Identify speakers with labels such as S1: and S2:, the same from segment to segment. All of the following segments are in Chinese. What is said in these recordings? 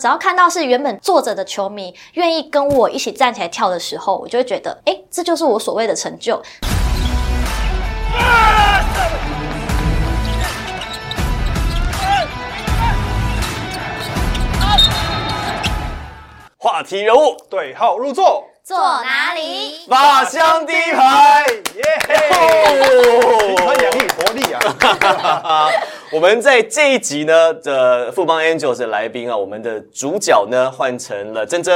S1: 只要看到是原本坐着的球迷愿意跟我一起站起来跳的时候，我就会觉得，哎、这就是我所谓的成就。
S2: 话题人物，
S3: 对号入座，
S1: 坐
S4: 哪里？
S2: 马香第一排。
S3: 耶、很洋溢活力啊！
S2: 我们在这一集呢的富邦 Angels 的来宾啊，我们的主角呢换成了珍珍。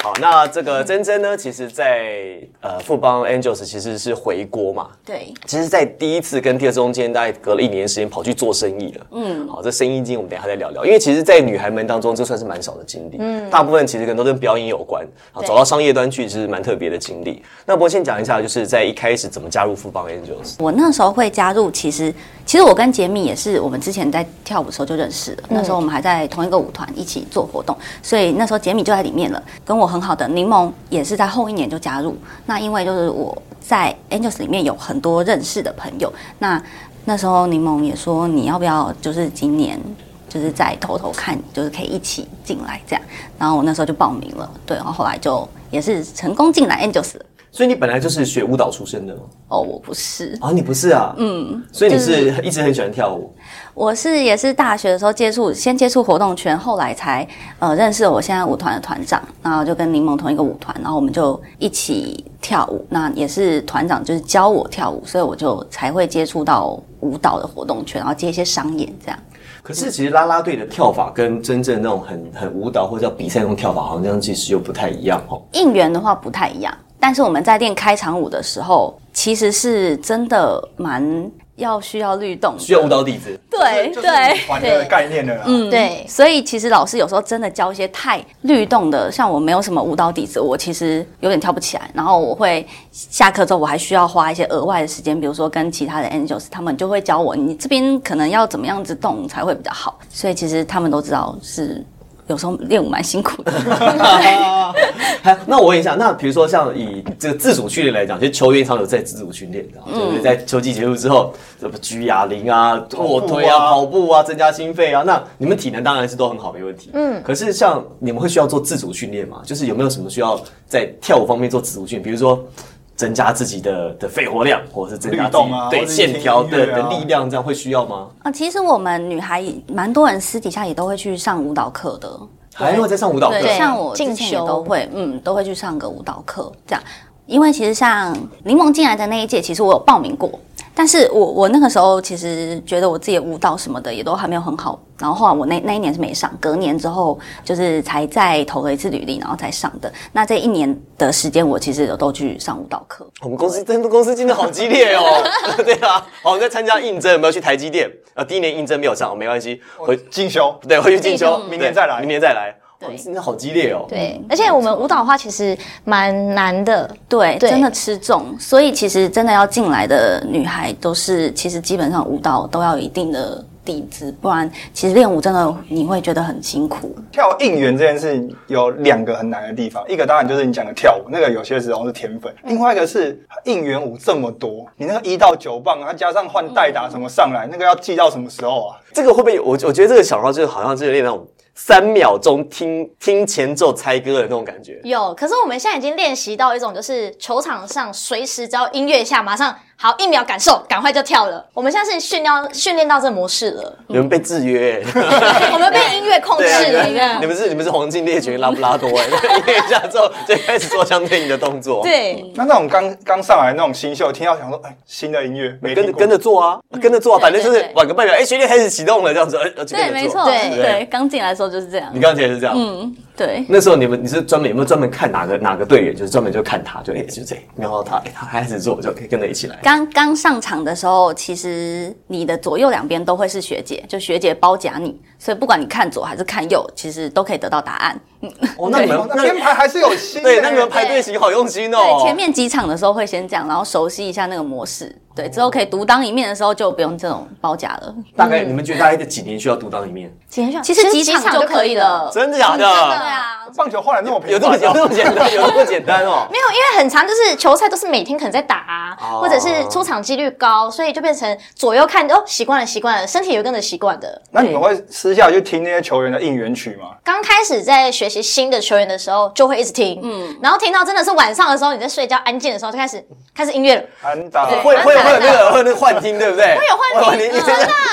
S2: 好，那这个珍珍呢，其实在呃富邦 Angels 其实是回国嘛，
S4: 对，
S2: 其实，在第一次跟第二次中间，大概隔了一年时间跑去做生意了。嗯，好，这生意经我们等一下再聊聊，因为其实，在女孩们当中，这算是蛮少的经历。嗯，大部分其实可能都跟表演有关，好，
S1: 对
S2: 走到商业端去是蛮特别的经历。那不过先讲一下，就是在一开始怎么加入富邦 Angels。
S4: 我那时候会加入，其实其实我跟杰米也是我们之前在跳舞的时候就认识了，那时候我们还在同一个舞团一起做活动，所以那时候杰米就在里面了。跟我很好的柠檬也是在后一年就加入，那因为就是我在 Angels 里面有很多认识的朋友，那那时候柠檬也说你要不要就是今年。就是再偷偷看，就是可以一起进来这样，然后我那时候就报名了，对，然后后来就也是成功进来 Angels 了。
S2: 所以你本来就是学舞蹈出身的吗？
S4: 哦，我不是，
S2: 啊，你不是啊？嗯，所以你是一直很喜欢跳舞。
S4: 我是也是大学的时候接触，先接触活动圈，后来才呃认识我现在舞团的团长，然后就跟柠檬同一个舞团，然后我们就一起跳舞。那也是团长就是教我跳舞，所以我就才会接触到舞蹈的活动圈，然后接一些商演这样。
S2: 可是其实啦啦队的跳法跟真正那种很很舞蹈或者叫比赛那种跳法，好像其实又不太一样哦。
S4: 应援的话不太一样，但是我们在练开场舞的时候，其实是真的蛮要需要律动的，
S2: 需要舞蹈底子。
S4: 对
S3: 就是
S4: 对
S3: 团的概念了啦。嗯，
S1: 对，
S4: 所以其实老师有时候真的教一些太律动的，像我没有什么舞蹈底子，我其实有点跳不起来。然后我会下课之后，我还需要花一些额外的时间，比如说跟其他的 angels，他们就会教我，你这边可能要怎么样子动才会比较好。所以其实他们都知道是。有时候练舞蛮辛苦的，
S2: 还那我问一下，那比如说像以这个自主训练来讲，其实球员常有在自主训练的，就是在球季结束之后，什么举哑铃啊、
S3: 步
S2: 卧
S3: 啊
S2: 推啊、跑步啊，增加心肺啊。那你们体能当然是都很好，没问题。嗯，可是像你们会需要做自主训练吗？就是有没有什么需要在跳舞方面做自主训练，比如说？增加自己的的肺活量，或者是增加
S3: 律
S2: 自己
S3: 动啊
S2: 对
S3: 或者是
S2: 线条
S3: 听音
S2: 的
S3: 乐啊
S2: 的力量，这样会需要吗？
S4: 啊，其实我们女孩也蛮多人私底下也都会去上舞蹈课的，
S2: 还会在上舞蹈课？
S4: 对，像我之
S1: 进
S4: 前也
S1: 修
S4: 都会，嗯，都会去上个舞蹈课这样。因为其实像柠檬进来的那一届，其实我有报名过，但是我我那个时候其实觉得我自己的舞蹈什么的也都还没有很好，然后后来我那那一年是没上，隔年之后就是才再投了一次履历，然后才上的。那这一年的时间，我其实有都去上舞蹈课。
S2: 我们公司真的公司竞争好激烈哦，对啊，好，你在参加应征有没有去台积电？呃，第一年应征没有上，没关系，回
S3: 进修
S2: 对回去进修，
S3: 明年再
S2: 对
S3: 来
S2: 明年再来。
S4: 对
S2: 哇，真的好激烈哦。
S1: 对，
S4: 嗯
S1: 而且我们舞蹈的话其实蛮难的，
S4: 对，
S1: 对
S4: 真的吃重，所以其实真的要进来的女孩都是，其实基本上舞蹈都要有一定的底子，不然其实练舞真的你会觉得很辛苦。
S3: 跳应援这件事有两个很难的地方，一个当然就是你讲的跳舞，那个有些时候是天分；，另外一个是应援舞这么多，你那个一到九棒，它啊加上换代打什么上来，那个要记到什么时候啊？
S2: 这个会不会有？我我觉得这个小到就是好像就是有点那种三秒钟听听前奏猜歌的那种感觉。
S1: 有，可是我们现在已经练习到一种，就是球场上随时只要音乐一下，马上好一秒感受，赶快就跳了。我们现在是训练训练到这模式了，
S2: 你们被制约欸，
S1: 我们被音乐控制
S2: 对
S1: 了。
S2: 啊，你
S1: 这样
S2: 们你们是你们是黄金猎犬拉布拉多欸，音乐一下之后就开始做相对应的动作，，
S1: 对，
S3: 那那种刚刚上来那种新秀，听到想说，哎，新的音乐没
S2: 跟着
S3: 听过
S2: 跟着做啊，跟着做啊，反正就是
S4: 对对
S2: 晚个半秒，哎，旋律开始启动了这样子，呃，就跟着做
S1: 对
S2: 不
S4: 对，刚进来的时候就是这样
S2: 你。刚才也是这样，
S4: 嗯，对，
S2: 那时候你们你是专门有没有专门看哪个哪个队员，就是专门就看他，就哎、就这瞄到他，哎、他开始做，我就可以跟着一起来。
S4: 刚刚上场的时候，其实你的左右两边都会是学姐，就学姐包夹你，所以不管你看左还是看右，其实都可以得到答案。
S2: 哦，那你们
S3: 哦那
S2: 那
S3: 编排还是有新的
S2: 对，那你们排队形好用心哦。
S4: 对，前面几场的时候会先这样，然后熟悉一下那个模式。对，之后可以独当一面的时候就不用这种包夹了。
S2: 大概、你们觉得大概这几年需要独当一面？
S1: 几天
S4: 其实几场就可以了。
S2: 真的假的？
S1: 哦对啊，
S3: 棒球后来那么
S2: 有这
S3: 频繁
S2: 么
S3: 哦，
S2: 有这么简单，有这么简单哦。
S1: 没有，因为很长，就是球赛都是每天可能在打、啊，
S2: 哦
S1: 或者是出场几率高，所以就变成左右看哦，习惯了，习惯了，身体有跟着习惯的。
S3: 那你们会私下去听那些球员的应援曲吗？
S1: 刚开始在学习新的球员的时候，就会一直听，嗯，然后听到真的是晚上的时候，你在睡觉安静的时候，就开始开始音乐了。
S3: 安打
S2: 会会会有那个会有那个幻听，对不对？会
S1: 有幻听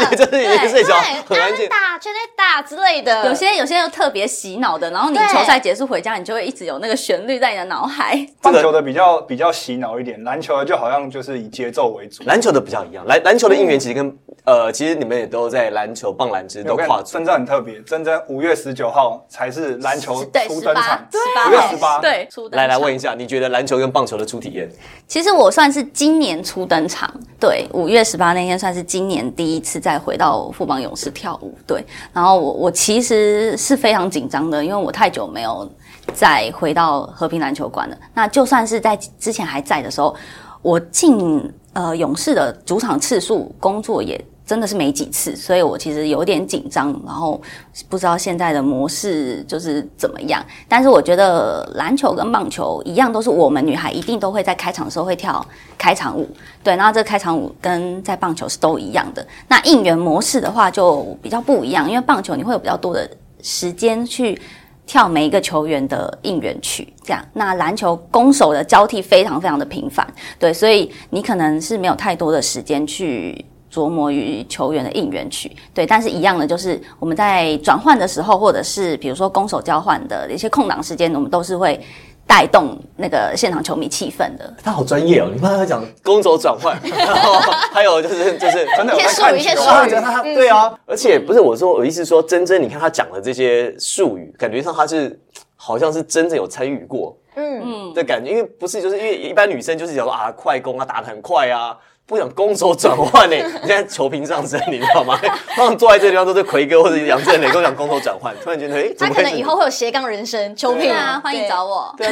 S2: 你真的就是已经睡着，
S1: 对，
S2: 很安静。
S1: 打全垒打之类的，
S4: 有些有些又特别洗脑的，然后你
S1: 呃对
S4: 球赛结束回家，你就会一直有那个旋律在你的脑海。
S3: 棒球的比较比较洗脑一点，篮球的就好像就是以节奏为主。
S2: 篮球的比较一样，篮篮球的应援其实跟呃，其实你们也都在篮球、棒篮其实都
S3: 我跟你
S2: 跨
S3: 讲，
S2: 足
S3: 真。正很特别，真正五月十九号才是篮球
S4: 对，
S3: 初
S4: 十
S3: 登
S4: 八
S3: 场，，
S4: 八
S3: 五月十
S4: 号，
S3: 八，，
S4: 对，初登
S2: 来来
S4: 场
S2: 问一下，你觉得篮球跟棒球的初体验？
S4: 其实我算是今年初登场，对，五月十八那天算是今年第一次再回到富邦勇士跳舞，对。然后我我其实是非常紧张的，因为我太久没有再回到和平篮球馆了。那就算是在之前还在的时候，我进呃勇士的主场次数工作也真的是没几次，所以我其实有点紧张，然后不知道现在的模式就是怎么样。但是我觉得篮球跟棒球一样，都是我们女孩一定都会在开场的时候会跳开场舞，对。然后这个开场舞跟在棒球是都一样的。那应援模式的话就比较不一样，因为棒球你会有比较多的时间去跳每一个球员的应援曲，这样。那篮球攻守的交替非常非常的频繁，对，所以你可能是没有太多的时间去琢磨于球员的应援曲，对。但是一样的，就是我们在转换的时候，或者是比如说攻守交换的一些空档时间，我们都是会带动那个现场球迷气氛的。
S2: 他好专业哦！你刚才讲攻守转 换，然后还有就是就是
S3: 真的有
S1: 一些
S3: 在
S1: 术
S3: 看
S1: 语，一些
S3: 球
S1: 术
S2: 哇，我
S1: 语
S2: 觉得，他对啊，而且不是我说，我意思说，真真，你看他讲的这些术语，感觉上他是好像是真正有参与过
S1: 嗯，
S2: 的感觉，因为不是就是因为一般女生就是讲说啊快攻啊打得很快啊，不想攻守转换呢、你现在球平上升，你知道 吗？通常坐在这个地方都是奎哥或者杨振磊跟我讲攻守转换，突然觉得哎、
S1: 他
S2: 怎么
S1: 可
S2: 会
S1: 能
S2: 是
S1: 以后会有斜杠人生，球
S4: 对
S1: 品
S4: 啊，欢迎找
S1: 我。
S4: 我。
S2: 对啊，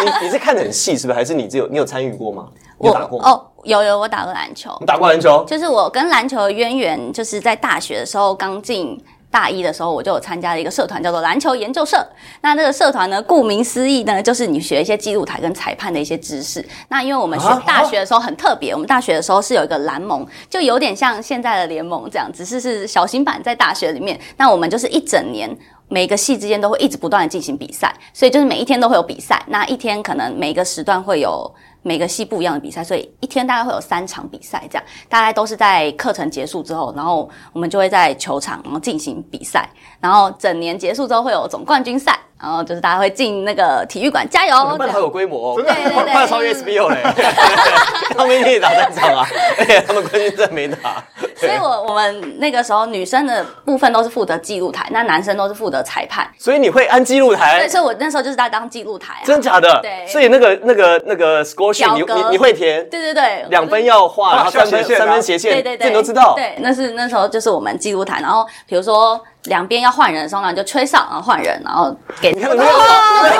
S2: 你你你是看得很细是不是？还是你只有你有参与过吗？你有打过吗？
S4: 哦，有有，我打过篮球
S2: 你。打过篮球？
S4: 就是我跟篮球的渊源，就是在大学的时候刚进。大一的时候，我就有参加了一个社团，叫做篮球研究社。那这个社团呢，顾名思义呢，就是你学一些记录台跟裁判的一些知识。那因为我们学
S2: 啊
S4: 大学的时候很特别，我们大学的时候是有一个篮盟，就有点像现在的联盟这样，只是是小型版在大学里面。那我们就是一整年。每个系之间都会一直不断的进行比赛，所以就是每一天都会有比赛。那一天可能每个时段会有每个系不一样的比赛，所以一天大概会有三场比赛这样，大概都是在课程结束之后，然后我们就会在球场然后进行比赛，然后整年结束之后会有总冠军赛，然后就是大家会进那个体育馆加油。
S2: 你们办的
S4: 这
S2: 好
S4: 样
S2: 有规模哦，
S3: 真的
S4: 对对对
S2: 快超越 SBO 嘞！他们一定也打三场啊，而且他们冠军赛没打。
S4: 所以我我们那个时候女生的部分都是负责记录台，那男生都是负责裁判。
S2: 所以你会按记录台
S4: 对，，所以我那时候就是在当记录台啊。
S2: 真假的？
S4: 对
S2: 所以那个那个那个 score sheet，你
S4: 表格
S2: 你你会填
S4: 对对对，
S2: 两分要画，
S3: 画
S2: 然后三
S3: 下
S2: 分
S3: 斜线啊
S2: 三分斜线，
S4: 对对对，
S2: 这你都知道。
S4: 对，那是那时候就是我们记录台，然后比如说两边要换人的时候，然后你就吹哨，然后换人，然后给
S2: 你看有没有？
S4: 换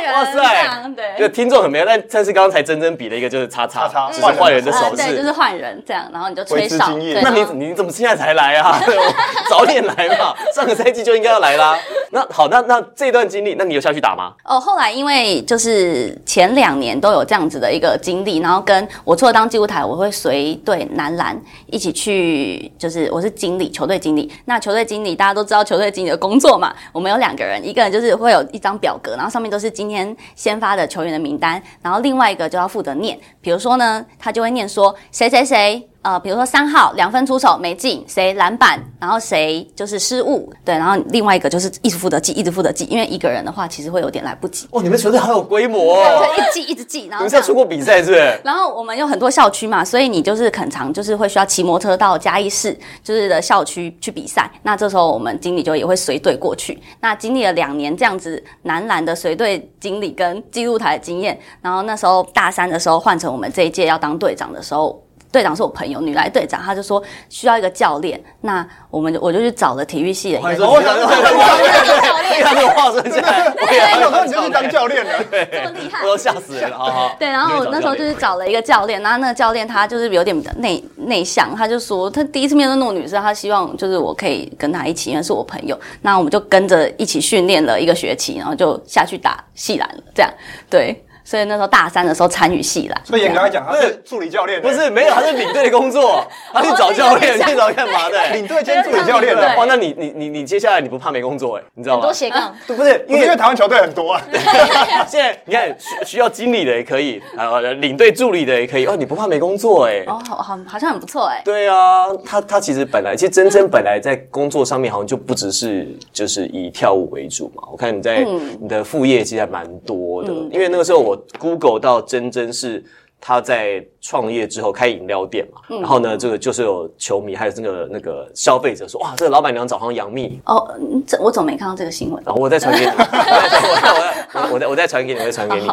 S4: 人，
S2: 哇
S4: 这
S2: 塞
S4: 样，对
S2: 这。听众很没有，但但是刚才真真比了一个就是叉叉，
S3: 叉叉
S2: 就是换人的
S4: 啊
S2: 手
S4: 对，就
S2: 势。
S4: 是换人这样，然后你就吹
S3: 为之
S4: 哨。
S3: 惊艳
S4: 对
S2: 那你
S4: 然后
S2: 你怎么现在才来啊？ 早点来嘛，上个赛季就应该要来啦。那好，那那这段经历，那你有下去打吗？
S4: 哦，后来因为就是前两年都有这样子的一个经历，然后跟我除了当记录台，我会随队男篮一起去，就是我是经理，球队经理。那球队经理大家都知道球队经理的工作嘛，我们有两个人，一个人就是会有一张表格，然后上面都是今天先发的球员的名单，然后另外一个就要负责念。比如说呢，他就会念说谁谁谁。呃，比如说三号两分出手没进，谁篮板，然后谁就是失误，对，然后另外一个就是一直负责记，一直负责记，因为一个人的话其实会有点来不及，
S3: 哦
S2: 哇，你们球队好有规模哦！
S4: 对，一直记一直记，然
S2: 你
S4: 后
S2: 们
S4: 这
S2: 是要
S4: 样
S2: 出。国比赛是不是？
S4: 然后我们有很多校区嘛，所以你就是很常就是会需要骑摩托车到嘉义市就是的校区去比赛。那这时候我们经理就也会随队过去。那经历了两年这样子男篮的随队经理跟记录台的经验，然后那时候大三的时候换成我们这一届要当队长的时候。队长是我朋友，女来队长，他就说需要一个教练，那我们就我就去找了体育系的一
S2: 我还
S4: 个
S2: 说
S3: 我
S2: 你
S3: 想
S2: 当
S3: 说
S2: 教 练，你
S1: 对
S2: 看哎这话说起来，我也
S3: 我
S2: 要
S3: 想说你就去当教练了，
S1: 这么厉害
S2: 我，都吓死人了，好好。
S4: 对，然后我那时候就是找了一个教练，然后那个教练他就是有点内内向，他就说他第一次面对那种女生，他希望就是我可以跟他一起，因为是我朋友，那我们就跟着一起训练了一个学期，然后就下去打系篮了，这样对，所以那时候大三的时候参与系篮，
S3: 所以严格
S4: 这
S3: 来
S4: 样
S3: 讲，他是助理教练，
S2: 不是没有，他是领队的 工作，他去找教练，去找干嘛 的？
S3: 领队兼助理教练
S4: 对
S3: 的。
S2: 哇，那你你你你接下来你不怕没工作哎，你知道
S1: 很
S2: 吗
S1: 多？斜杠。
S2: 对不是，因
S3: 因为
S2: 为
S3: 台湾球队很多啊，
S2: 现在你看需需要经理的也可以，然后领队助理的也可以，哦，你不怕没工作哎？
S4: 哦，好好好像很不错哎、
S2: 对啊，他他其实本来，其实真真本来在工作上面好像就不只是就是以跳舞为主嘛。我看你在、你的副业其实还蛮多的，因为那个时候我 Google 到真真是。他在创业之后开饮料店嘛，然后呢，这个就是有球迷还有那个那个消费者说，哇，这个老板娘早上杨幂，
S4: 哦，嗯这我怎么没看到这个新闻？
S2: 哦然后我再传给你， 我再我再我再我再我再传给你，我再传给你。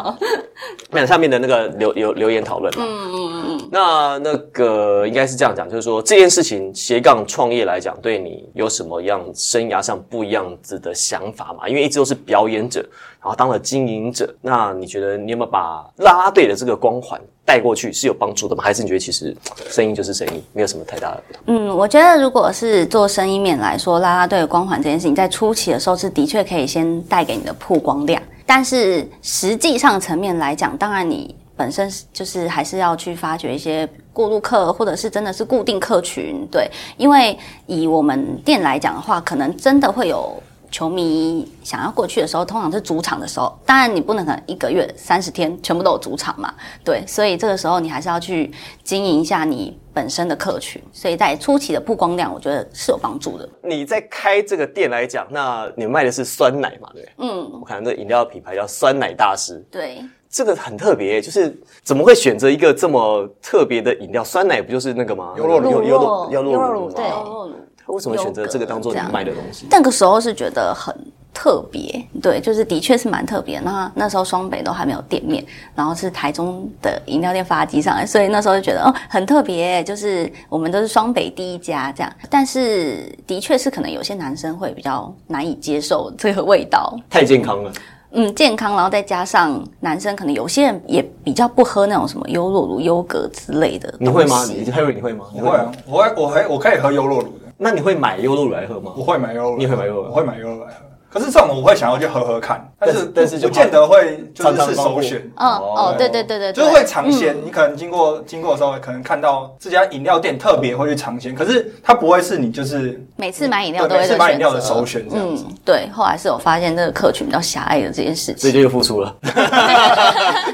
S2: 那下面的那个留留留言讨论嘛，嗯嗯嗯。那那个应该是这样讲，就是说这件事情斜杠创业来讲，对你有什么样生涯上不一样子的想法嘛？因为一直都是表演者，然后当了经营者，那你觉得你有没有把啦啦队的这个光环带过去是有帮助的吗？还是你觉得其实生意就是生意，没有什么太大的不同？
S4: 嗯，我觉得如果是做生意面来说，啦啦队的光环这件事情，在初期的时候是的确可以先带给你的曝光量，但是实际上层面来讲，当然你本身是就是还是要去发掘一些过路客，或者是真的是固定客群，对，因为以我们店来讲的话，可能真的会有。球迷想要过去的时候，通常是主场的时候。当然，你不能可能一个月三十天全部都有主场嘛，对。所以这个时候你还是要去经营一下你本身的客群。所以在初期的曝光量，我觉得是有帮助的。
S2: 你在开这个店来讲，那你卖的是酸奶嘛？对不对，
S4: 嗯，
S2: 我看这饮料品牌叫酸奶大师，
S4: 对。
S2: 这个很特别，就是怎么会选择一个这么特别的饮料？酸奶不就是那个吗？
S3: 优酪乳
S2: 优优酪优
S1: 优酪乳
S2: 酪乳
S1: 优酪乳对
S2: 吗为什么选择这个当做你卖的东西？
S4: 那个时候是觉得很特别，对，就是的确是蛮特别。那那时候双北都还没有店面，然后是台中的饮料店发机上来，所以那时候就觉得哦很特别，就是我们都是双北第一家这样。但是的确是可能有些男生会比较难以接受这个味道，
S2: 太健康了，
S4: 嗯，健康，然后再加上男生可能有些人也比较不喝那种什么优酪乳、优格之类的东西。
S2: 你会吗？你 Harry 你会吗？你
S3: 我会啊
S2: 吗？，
S3: 我会，我还我可以喝优酪乳的，
S2: 那你会买优酪乳来喝吗
S3: 我？会买优酪乳，
S2: 你会买优酪乳
S3: 我会买优酪乳来喝。可是这种我会想要去喝喝看，但是
S2: 但是就
S3: 不见得会就是是首选。
S4: 嗯
S2: 哦
S4: 哦，对对对对，
S3: 就是
S4: 对
S3: 会尝鲜，你可能经过经过的时候，可能看到这家饮料店特别会去尝鲜，可是它不会是你就是
S4: 每次买饮料
S3: 对
S4: 都
S3: 每次
S4: 会有选
S3: 买饮料的
S4: 择
S3: 首选这样子。
S4: 嗯，对，后来是有发现这个客群比较狭隘的这件事
S2: 所以
S4: 情。
S2: 就又付出 了，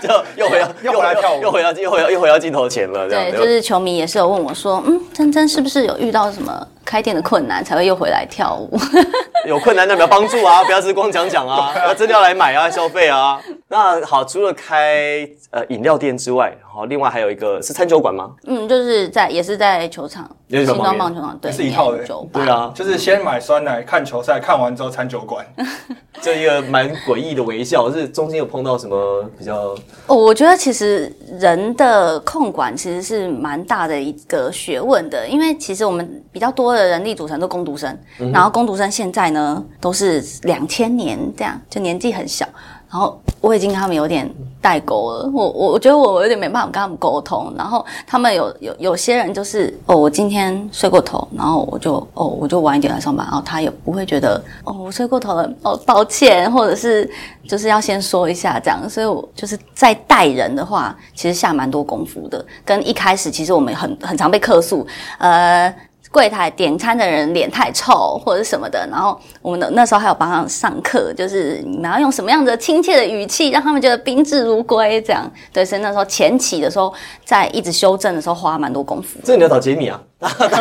S2: 就又回到
S3: 又回来跳舞
S2: 又回到又回到又回到镜头前了，这样
S4: 对，就是球迷也是有问我说，嗯，珍珍是不是有遇到什么开店的困难才会又回来跳舞？
S2: 有困难代表帮助啊，不要只是光讲讲啊，要真的要来买啊，消费啊。那好，除了开呃饮料店之外，然后另外还有一个是餐酒馆吗？
S4: 嗯，就是在也是在球场，
S2: 也是球
S4: 新
S2: 场旁
S4: 庄
S2: 边
S4: 棒球场对
S3: 是一套的
S4: 面酒吧。
S2: 对，啊，
S3: 就是先买酸奶看球赛，看完之后餐酒馆。
S4: 嗯
S2: 这一个蛮诡异的微笑，是中间有碰到什么比较？
S4: 哦，我觉得其实人的控管其实是蛮大的一个学问的，因为其实我们比较多的人力组成都工读生，
S2: 嗯
S4: 然后工读生现在呢都是两千年这样，就年纪很小，然后我已经跟他们有点代沟了，我我我觉得我有点没办法跟他们沟通，然后他们有有有些人就是哦，我今天睡过头，然后我就哦我就晚一点来上班，然后他也不会觉得哦我睡过头了，哦抱歉，或者是就是要先说一下这样，所以我就是在带人的话，其实下蛮多功夫的。跟一开始其实我们很很常被客诉，呃，柜台点餐的人脸太臭或者什么的，然后我们的那时候还有帮他们上课，就是你们要用什么样的亲切的语气，让他们觉得宾至如归这样。对，所以那时候前期的时候，在一直修正的时候花蛮多功夫。
S2: 这你要找杰米啊，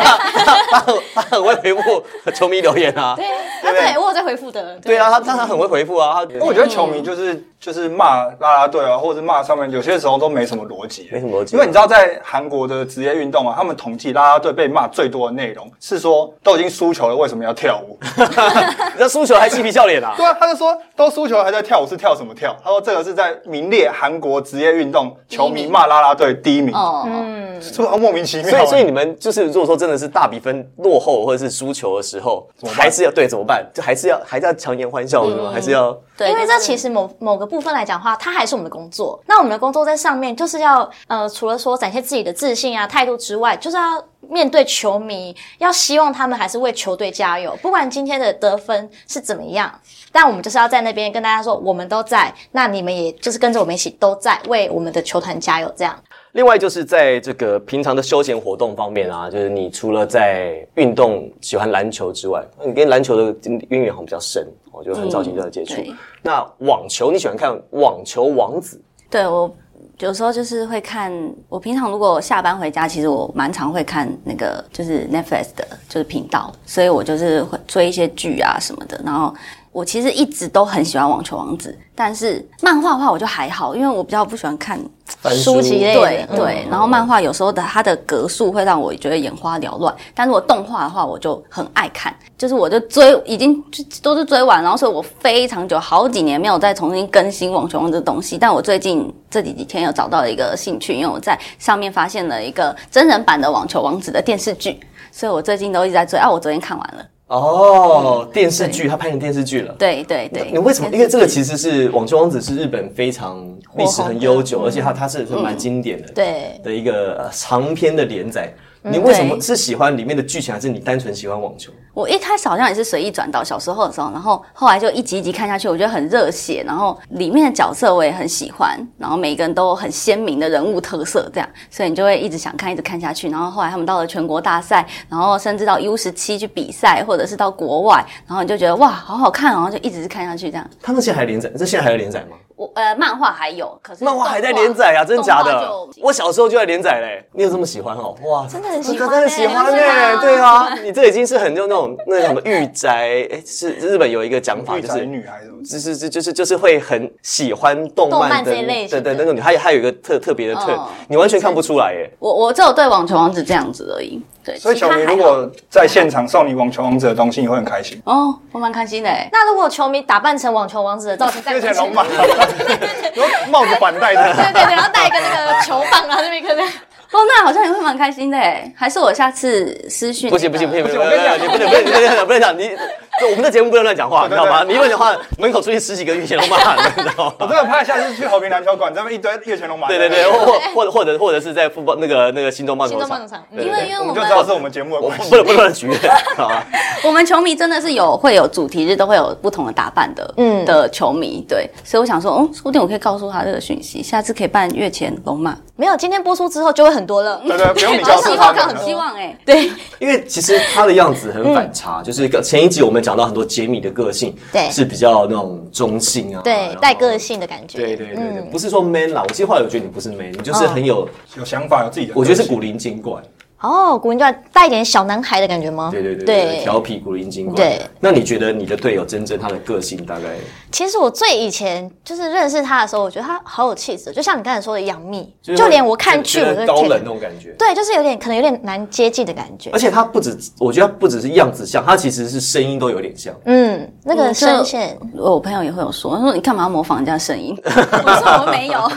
S2: 他很他很会回复球迷留言啊。
S1: 对，啊对，我有在回复的。
S2: 对啊，他他他很会回复啊。他
S3: 我觉得球迷就是就是骂啦啦队啊，或者是骂上面，有些时候都没什么逻辑，
S2: 没什么逻辑
S3: 因为你知道，在韩国的职业运动啊，他们统计啦啦队被骂最多的内容是说，都已经输球了，为什么要跳舞？
S2: 你知道输球还嬉皮笑脸啊。
S3: 对啊，他就说都输球了还在跳舞，是跳什么跳？他说这个是在名列韩国职业运动球迷骂啦啦队第一
S1: 嗯
S3: 名，
S4: 哦，
S3: 是不是莫名其妙？
S2: 所以，所以你们就是如果说真的是大比分落后或者是输球的时候，
S3: 么办
S2: 还是要对怎么办？就还是要还是要强颜欢笑，是吗？还是要
S4: 对，
S1: 因为这其
S4: 实
S1: 实某某个部分来讲的话，它还是我们的工作。那我们的工作在上面就是要呃，除了说展现自己的自信啊、态度之外，就是要面对球迷，要希望他们还是为球队加油，不管今天的得分是怎么样。但我们就是要在那边跟大家说，我们都在，那你们也就是跟着我们一起都在为我们的球团加油，这样。
S2: 另外就是在这个平常的休闲活动方面啊，就是你除了在运动喜欢篮球之外，你跟篮球的渊源好像比较深，我就很早期就在接触。
S4: 嗯对
S2: 那网球你喜欢看网球王子？
S4: 对我有时候就是会看，我平常如果下班回家，其实我蛮常会看那个就是 Netflix 的，就是频道，所以我就是会追一些剧啊什么的。然后我其实一直都很喜欢《网球王子》，但是漫画的话我就还好，因为我比较不喜欢看
S1: 书籍类
S4: 对
S1: 的，
S4: 对，然后漫画有时候的它的格数会让我觉得眼花缭乱，但如果动画的话，我就很爱看，就是我就追已经就都是追完，然后所以我非常久好几年没有再重新更新《网球王》这东西，但我最近这几几天有找到了一个兴趣，因为我在上面发现了一个真人版的《网球王子》的电视剧，所以我最近都一直在追啊，我昨天看完了，
S2: 哦，电视剧，他拍成电视剧了。
S4: 对对对，
S2: 你为什么？因为这
S4: 个
S2: 个其实是《网球王子》是日本非常历史很悠
S4: 嗯
S2: 久，而且它它是蛮经典的，
S1: 对
S2: 的一个呃长篇的连载。你为什么
S4: 嗯对
S2: 是喜欢里面的剧情，还是你单纯喜欢网球？
S4: 我一开始好像也是随意转到小时候的时候，然后后来就一集一集看下去，我觉得很热血，然后里面的角色我也很喜欢，然后每一个人都有很鲜明的人物特色，这样，所以你就会一直想看，一直看下去。然后后来他们到了全国大赛，然后甚至到 U 十七去比赛，或者是到国外，然后你就觉得哇，好好看哦，然后就一直是看下去这样。
S2: 他们现在还连载？这现在还有连载吗？
S4: 我呃，漫画还有，可是
S2: 漫画还在连载啊，真的假的？
S4: 我
S2: 我小时候就在连载嘞，你有这么喜欢哦？哇，
S1: 真的很喜
S2: 真
S1: 欢欸
S2: 的喜欢
S1: 真的
S2: 哎，
S1: 啊
S2: 对啊，你这已经是很就那种那种什么御宅，哎，是日本有一个讲法
S3: 女
S2: 就
S3: 宅
S2: 是。
S3: 啊女孩什么之
S2: 就是就是就是就是会很喜欢动
S1: 动
S2: 漫
S1: 漫
S2: 的
S1: 这一类
S2: 对
S1: 型的
S2: 对那种，还有还有一个特特别的特，
S4: 哦
S2: 你完全看不出来耶。
S4: 我我只有对网球王子这样子而已，对。
S3: 所以
S4: 其
S3: 球
S4: 他
S3: 迷
S4: 还
S3: 如
S4: 好
S3: 果在现场送你网球王子的东西，你会很开心。
S4: 哦，我蛮开心的欸。
S1: 那如果球迷打扮成网球王子的造型，在
S3: 而且
S1: 面前
S3: 龙马， 然后帽子反戴
S1: 对
S3: 的，
S1: 对对，然后带一个那个球棒啊，那边可能
S4: 哦，那好像也会蛮开心的哎，还是我下次私讯、
S2: 不行不行不行，不
S3: 不
S2: 行，
S3: 行
S2: 不
S3: 我跟你讲
S2: 行你不能不能不能讲不能讲，你这我们的节目不能乱 讲话，你知道吗？你乱讲话，门口出现十几个御前龙马，你知道
S3: 我
S2: 吗？
S3: 真的怕下次去和平篮球馆，这么一堆月全龙马。
S2: 对对对，或或或者或者或者是在富邦那个那个新东棒球
S1: 新东棒球
S2: 场
S1: 场，
S2: 对对
S4: 因为
S2: 对
S4: 因为
S3: 我
S4: 我
S3: 们
S4: 们
S3: 就知道是我们节目的
S2: 我
S3: 关
S2: 不
S3: 系。
S2: 能不能乱许愿，好吧？
S4: 我们球迷真的是有会有主题日都会有不同的打扮的，嗯的球迷对，所以我想说，哦，说不定我可以告诉他这个讯息，下次可以办月前龙马，
S1: 没有。今天播出之后就会很多了。
S3: 对对，不用你 告诉
S1: 希
S3: 他
S1: 望
S3: 们
S1: 看很
S4: 很
S3: 了。
S4: 希
S1: 希
S4: 望哎、
S1: 对，
S2: 因为其实他的样子很反差，就是前一集我们讲到很多杰米的个性，
S1: 嗯对
S2: 是比较那种中性啊，然
S1: 对
S2: 后，
S1: 带个。嗯性的感觉。
S2: 对对对对，不是说 man 啦，我其实后来我觉得你不是 man，你就是很有，
S3: 有想法，有自己的。
S2: 我觉得是古灵精怪，
S1: 哦，古灵精怪带一点小男孩的感觉吗？
S2: 对对对对，调皮古灵精怪。
S1: 对，
S2: 那你觉得你的队友真正他的个性大概
S1: 其实我最以前就是认识他的时候，我觉得他好有气质，就像你刚才说的杨幂，
S2: 是
S1: 就连我看剧
S2: 觉
S1: 我
S2: 得
S1: 都会
S2: 高冷呃
S1: 觉
S2: 那
S1: 得
S2: 种感觉？
S1: 对，就是有点可能有点难接近的感觉
S2: 而。且他不止，我觉得他不只是样子像，他其实是声音都有点像。
S1: 嗯，那个声线，
S2: 嗯
S4: 我朋友也会有说，他说你干嘛要模仿人家的声音？我说我没有，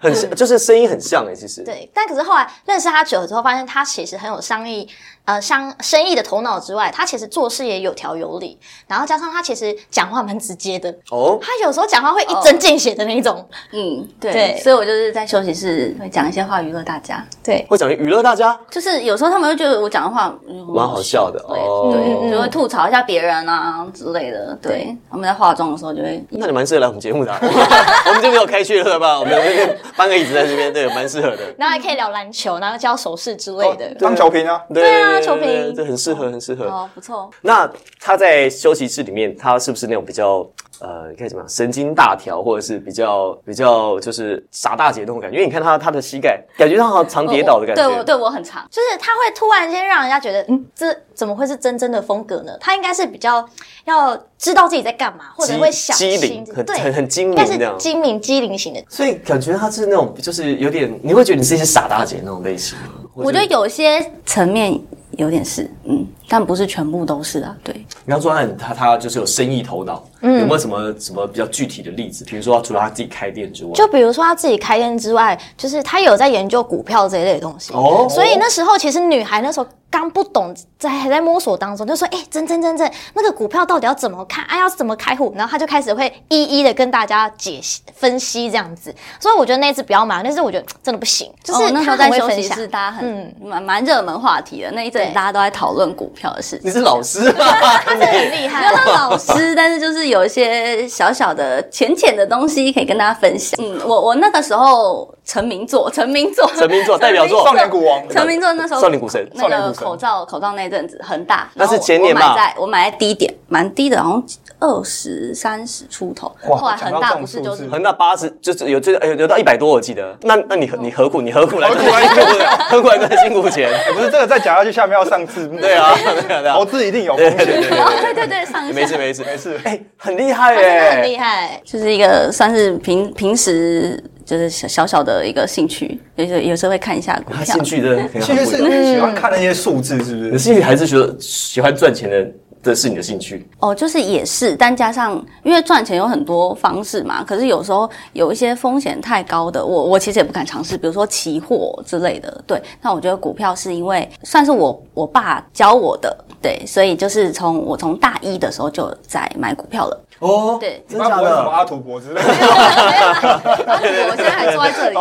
S2: 很像，就是声音很像哎、其实。
S1: 对。但可是后来认识他久了之后，发现他其实很有商议，呃，商生意的头脑之外，他其实做事也有条有理，然后加上他其实讲话蛮直接的，
S2: 哦，
S1: 他有时候讲话会一针见血的那一种。
S4: 嗯，对，
S1: 对
S4: 所以我就是在休息室会讲一些话娱乐大家，
S1: 对，
S2: 会讲娱乐大家，
S4: 就是有时候他们会觉得我讲的话嗯
S2: 蛮好笑的
S4: 对
S2: 哦
S4: 对，就会吐槽一下别人啊之类的，对，他们在化妆的时候就会
S2: 那你蛮适合来我们节目 的啊、 我们就没有开去了吧？我们我们 搬个椅子在这边，对，蛮适合的。哦
S1: 然后还可以聊篮球，然后教手势之类的。
S3: 当球评啊，
S2: 对对对
S1: 啊，
S2: 对
S1: 球
S2: 对对
S1: 评
S2: 这很适合，很适合。
S4: 哦，不错，
S2: 那他在休息室里面，他是不是那种比较呃，该怎么样，神经大条，或者是比较比较就是傻大姐那种感觉？因为你看他他的膝盖，感觉他好像常跌倒的感觉。
S4: 对我对我很长，
S1: 就是他会突然间让人家觉得，嗯，这怎么会是真真的风格呢？他应该是比较要知道自己在干嘛，或者
S2: 机
S1: 会想
S2: 机
S1: 清
S2: 灵，
S1: 楚，
S2: 很
S1: 对，
S2: 很很精
S1: 应
S2: 明
S1: 该
S2: 这
S1: 是
S2: 样。
S1: 精明机灵型的。
S2: 所以感觉他是那种就是有点，你会觉得你自己是傻大姐那种类型。
S4: 我觉得有些层面有点是，嗯，但不是全部都是啊，对。
S2: 你刚说他很他他就是有生意头脑，
S1: 嗯
S2: 有没有什么什么比较具体的例子？比如说除了他自己开店之外，
S1: 就比如说他自己开店之外，就是他有在研究股票这一类的东西。
S2: 哦
S1: 所以那时候其实女孩那时候刚不懂，在还在摸索当中，就说：“哎、真真真真，那个股票到底要怎么看？哎、要怎么开户？”然后他就开始会一一的跟大家解析分析这样子。所以我觉得那一次比较忙，但是我觉得真的不行，就是、
S4: 哦、那时候在休息室，，大家
S1: 嗯
S4: 很蛮蛮热门话题的，那一阵
S1: 对
S4: 大家都在讨论股票的事情。
S2: 你是老师 啊，
S1: 他真的很厉
S4: 没有
S1: 害。
S4: 到老师，但是就是有一些小小的浅浅的东西可以跟大家分享。嗯，我我那个时候成名作，成名作，
S2: 成名作代表作
S3: 少年股王
S4: 成名作那时候
S2: 少年股神
S4: 那
S3: 少年
S4: 个
S3: 股神
S4: 口罩口罩那阵子很大，
S2: 那是
S4: 然后我
S2: 前年吧
S4: 我买在我买在低点，蛮低的，好像二十三十出头。
S3: 哇
S4: 后来
S3: 讲
S4: 恒
S3: 到这
S4: 大
S3: 种
S4: 不是就
S3: 数
S4: 是
S3: 字
S2: 恒大八十就是有这哎有有到一百多，我记得。那那你你何苦你何苦来啊
S3: 何苦来辛苦
S2: 何苦来赚辛苦钱？
S3: 不是这个再讲下去，下面要上字幕。
S2: 对啊，，对啊对啊
S3: 投哦资一定有风
S2: 对对
S3: 险。
S4: 哦，对对对，上下
S2: 没事没事
S3: 没事
S2: 哎，很厉害
S1: 他真的很厉
S2: 耶！
S1: 害，
S4: 就是一个算是平平时就是小小小的一个兴趣，有时候有时候会看一下股
S2: 他
S4: 票
S2: 兴。趣真的很
S3: 其
S2: 好
S3: 实是喜欢看那些数字，是不
S2: 你的
S3: 是？
S2: 兴趣还是觉得喜欢赚钱的的是你的兴趣，
S4: 哦，就是也是，但加上因为赚钱有很多方式嘛，可是有时候有一些风险太高的，我我其实也不敢尝试，比如说期货之类的。对，那我觉得股票是因为算是我我爸教我的，对，所以就是从我从大一的时候就在买股票了。
S2: 哦
S4: 对
S2: 真
S3: 你爸
S2: 假
S3: 不会什么
S2: 的？
S3: 阿土伯之类的，
S4: 我现在还坐在这里。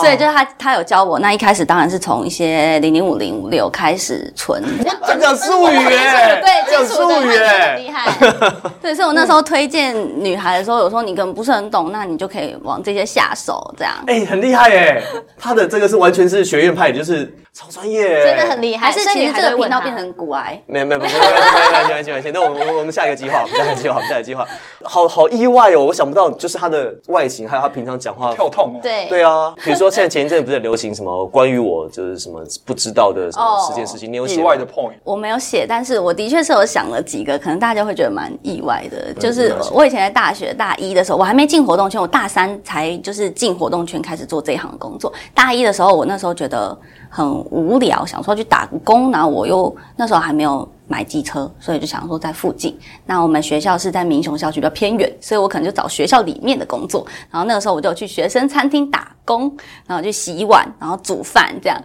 S4: 所以就是他，他有教我。那一开始当然是从一些零零五零五六开始存，
S2: 讲讲术语耶，
S1: 对，
S2: 讲
S1: 基础的他
S2: 术语
S1: 真的很
S2: 耶
S1: 厉。害。
S4: 对，所以我那时候推荐女孩的时候，有时候你根本不是很懂，那你就可以往这些下手，这样。
S2: 哎、很厉害哎！他的这个是完全是学院派，就是超专业耶，
S1: 真的很厉害。
S4: 还是
S1: 所以
S4: 其
S1: 女
S4: 实
S1: 孩
S4: 这
S1: 都
S4: 个
S1: 会问
S4: 频道
S1: 他
S4: 变成古癌，
S2: 没有没有没有没有没有没有没有没有没有，那我们我们我们下一个计划，我们下一个计划，我们下一个计划，好好意外哦！我想不到，就是他的外形，还有他平常讲话。
S3: 跳痛哦。
S1: 对
S2: 对啊，比如说现在前一阵不是流行什么关于我就是什么不知道的什么
S4: 哦
S2: 十件事情，你有写
S3: 意
S2: 吗
S3: 外的 point，
S4: 我没有写，但是我的确是有想了几个，可能大家会觉得蛮意外的。就是
S2: 没关系
S4: 我以前在大学大一的时候，我还没进活动圈，我大三才就是进活动圈开始做这一行工作。大一的时候，我那时候觉得很无聊，想说去打工，然后我又那时候还没有。买机车，所以就想说在附近。那我们学校是在民雄校区，比较偏远，所以我可能就找学校里面的工作。然后那个时候我就去学生餐厅打工，然后去洗碗，然后煮饭这样。